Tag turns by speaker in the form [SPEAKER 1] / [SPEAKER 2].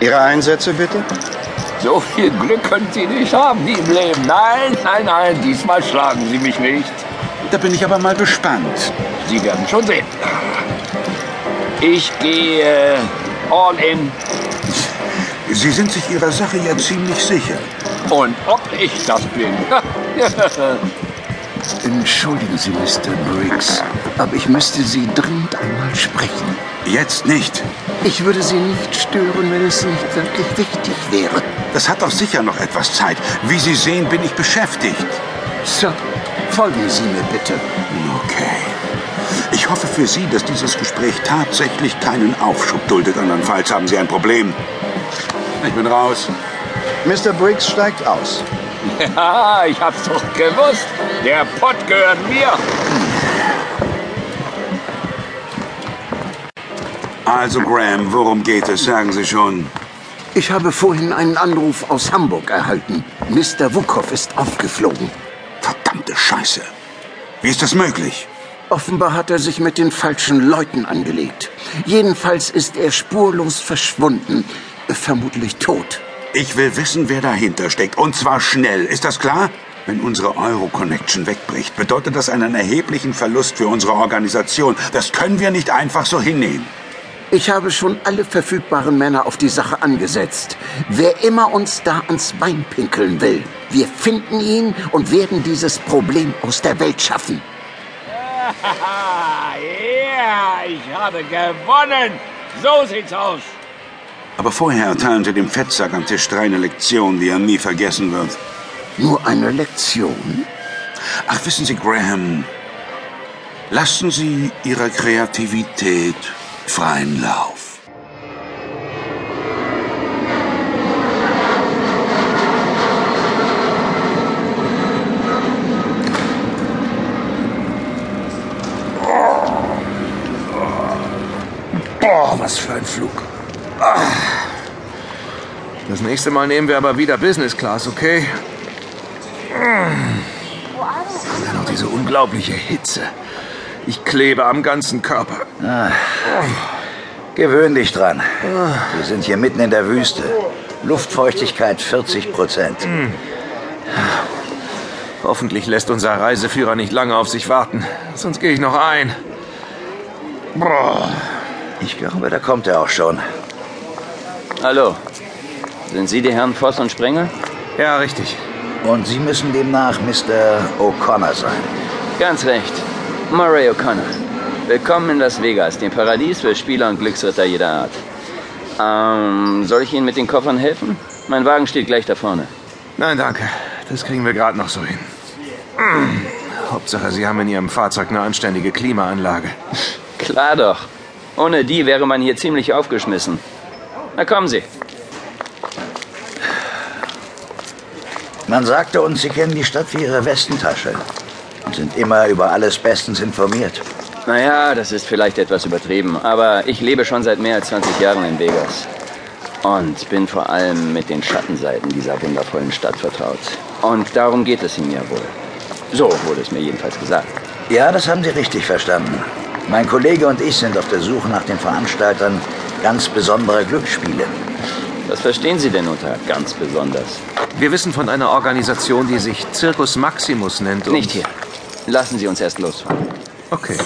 [SPEAKER 1] Ihre Einsätze bitte?
[SPEAKER 2] So viel Glück können Sie nicht haben, die im Leben. Nein, nein, nein, diesmal schlagen Sie mich nicht.
[SPEAKER 1] Da bin ich aber mal gespannt.
[SPEAKER 2] Sie werden schon sehen. Ich gehe all in.
[SPEAKER 1] Sie sind sich Ihrer Sache ja ziemlich sicher.
[SPEAKER 2] Und ob ich das bin.
[SPEAKER 3] Entschuldigen Sie, Mr. Briggs, aber ich müsste Sie dringend einmal sprechen.
[SPEAKER 1] Jetzt nicht.
[SPEAKER 3] Ich würde Sie nicht stören, wenn es nicht wirklich wichtig wäre.
[SPEAKER 1] Das hat doch sicher noch etwas Zeit. Wie Sie sehen, bin ich beschäftigt.
[SPEAKER 3] Sir, folgen Sie mir bitte.
[SPEAKER 1] Okay. Ich hoffe für Sie, dass dieses Gespräch tatsächlich keinen Aufschub duldet. Andernfalls haben Sie ein Problem. Ich bin raus.
[SPEAKER 4] Mr. Briggs steigt aus.
[SPEAKER 2] Ja, ich hab's doch gewusst. Der Pott gehört mir.
[SPEAKER 1] Also, Graham, worum geht es? Sagen Sie schon.
[SPEAKER 3] Ich habe vorhin einen Anruf aus Hamburg erhalten. Mr. Wukow ist aufgeflogen.
[SPEAKER 1] Verdammte Scheiße. Wie ist das möglich?
[SPEAKER 3] Offenbar hat er sich mit den falschen Leuten angelegt. Jedenfalls ist er spurlos verschwunden, vermutlich tot.
[SPEAKER 1] Ich will wissen, wer dahinter steckt. Und zwar schnell. Ist das klar? Wenn unsere Euro-Connection wegbricht, bedeutet das einen erheblichen Verlust für unsere Organisation. Das können wir nicht einfach so hinnehmen.
[SPEAKER 3] Ich habe schon alle verfügbaren Männer auf die Sache angesetzt. Wer immer uns da ans Bein pinkeln will, wir finden ihn und werden dieses Problem aus der Welt schaffen.
[SPEAKER 2] ja, ich habe gewonnen. So sieht's aus.
[SPEAKER 1] Aber vorher erteilen Sie dem Fettsack am Tisch drei eine Lektion, die er nie vergessen wird.
[SPEAKER 3] Nur eine Lektion?
[SPEAKER 1] Ach, wissen Sie, Graham, lassen Sie Ihrer Kreativität freien Lauf.
[SPEAKER 5] Boah, was für ein Flug. Das nächste Mal nehmen wir aber wieder Business Class, okay? Und Dann noch diese unglaubliche Hitze. Ich klebe am ganzen Körper.
[SPEAKER 4] Gewöhn dich dran. Wir sind hier mitten in der Wüste. Luftfeuchtigkeit 40 Prozent.
[SPEAKER 5] Hoffentlich lässt unser Reiseführer nicht lange auf sich warten. Sonst gehe ich noch ein. Boah.
[SPEAKER 4] Ich glaube, da kommt er auch schon.
[SPEAKER 6] Hallo. Sind Sie die Herren Voss und Sprenger?
[SPEAKER 5] Ja, richtig.
[SPEAKER 4] Und Sie müssen demnach Mr. O'Connor sein.
[SPEAKER 6] Ganz recht. Murray O'Connor. Willkommen in Las Vegas, dem Paradies für Spieler und Glücksritter jeder Art. Ähm, soll ich Ihnen mit den Koffern helfen? Mein Wagen steht gleich da vorne.
[SPEAKER 5] Nein, danke. Das kriegen wir gerade noch so hin. Hm. Hauptsache, Sie haben in Ihrem Fahrzeug eine anständige Klimaanlage.
[SPEAKER 6] Klar doch. Ohne die wäre man hier ziemlich aufgeschmissen. Na kommen Sie.
[SPEAKER 4] Man sagte uns, Sie kennen die Stadt wie Ihre Westentasche und sind immer über alles bestens informiert.
[SPEAKER 6] Naja, das ist vielleicht etwas übertrieben, aber ich lebe schon seit mehr als 20 Jahren in Vegas. Und bin vor allem mit den Schattenseiten dieser wundervollen Stadt vertraut. Und darum geht es ihm ja wohl. So wurde es mir jedenfalls gesagt.
[SPEAKER 4] Ja, das haben Sie richtig verstanden. Mein Kollege und ich sind auf der Suche nach den Veranstaltern ganz besonderer Glücksspiele.
[SPEAKER 6] Was verstehen Sie denn unter ganz besonders?
[SPEAKER 5] Wir wissen von einer Organisation, die sich Circus Maximus nennt. und-
[SPEAKER 6] Nicht hier. Lassen Sie uns erst losfahren.
[SPEAKER 5] Okay.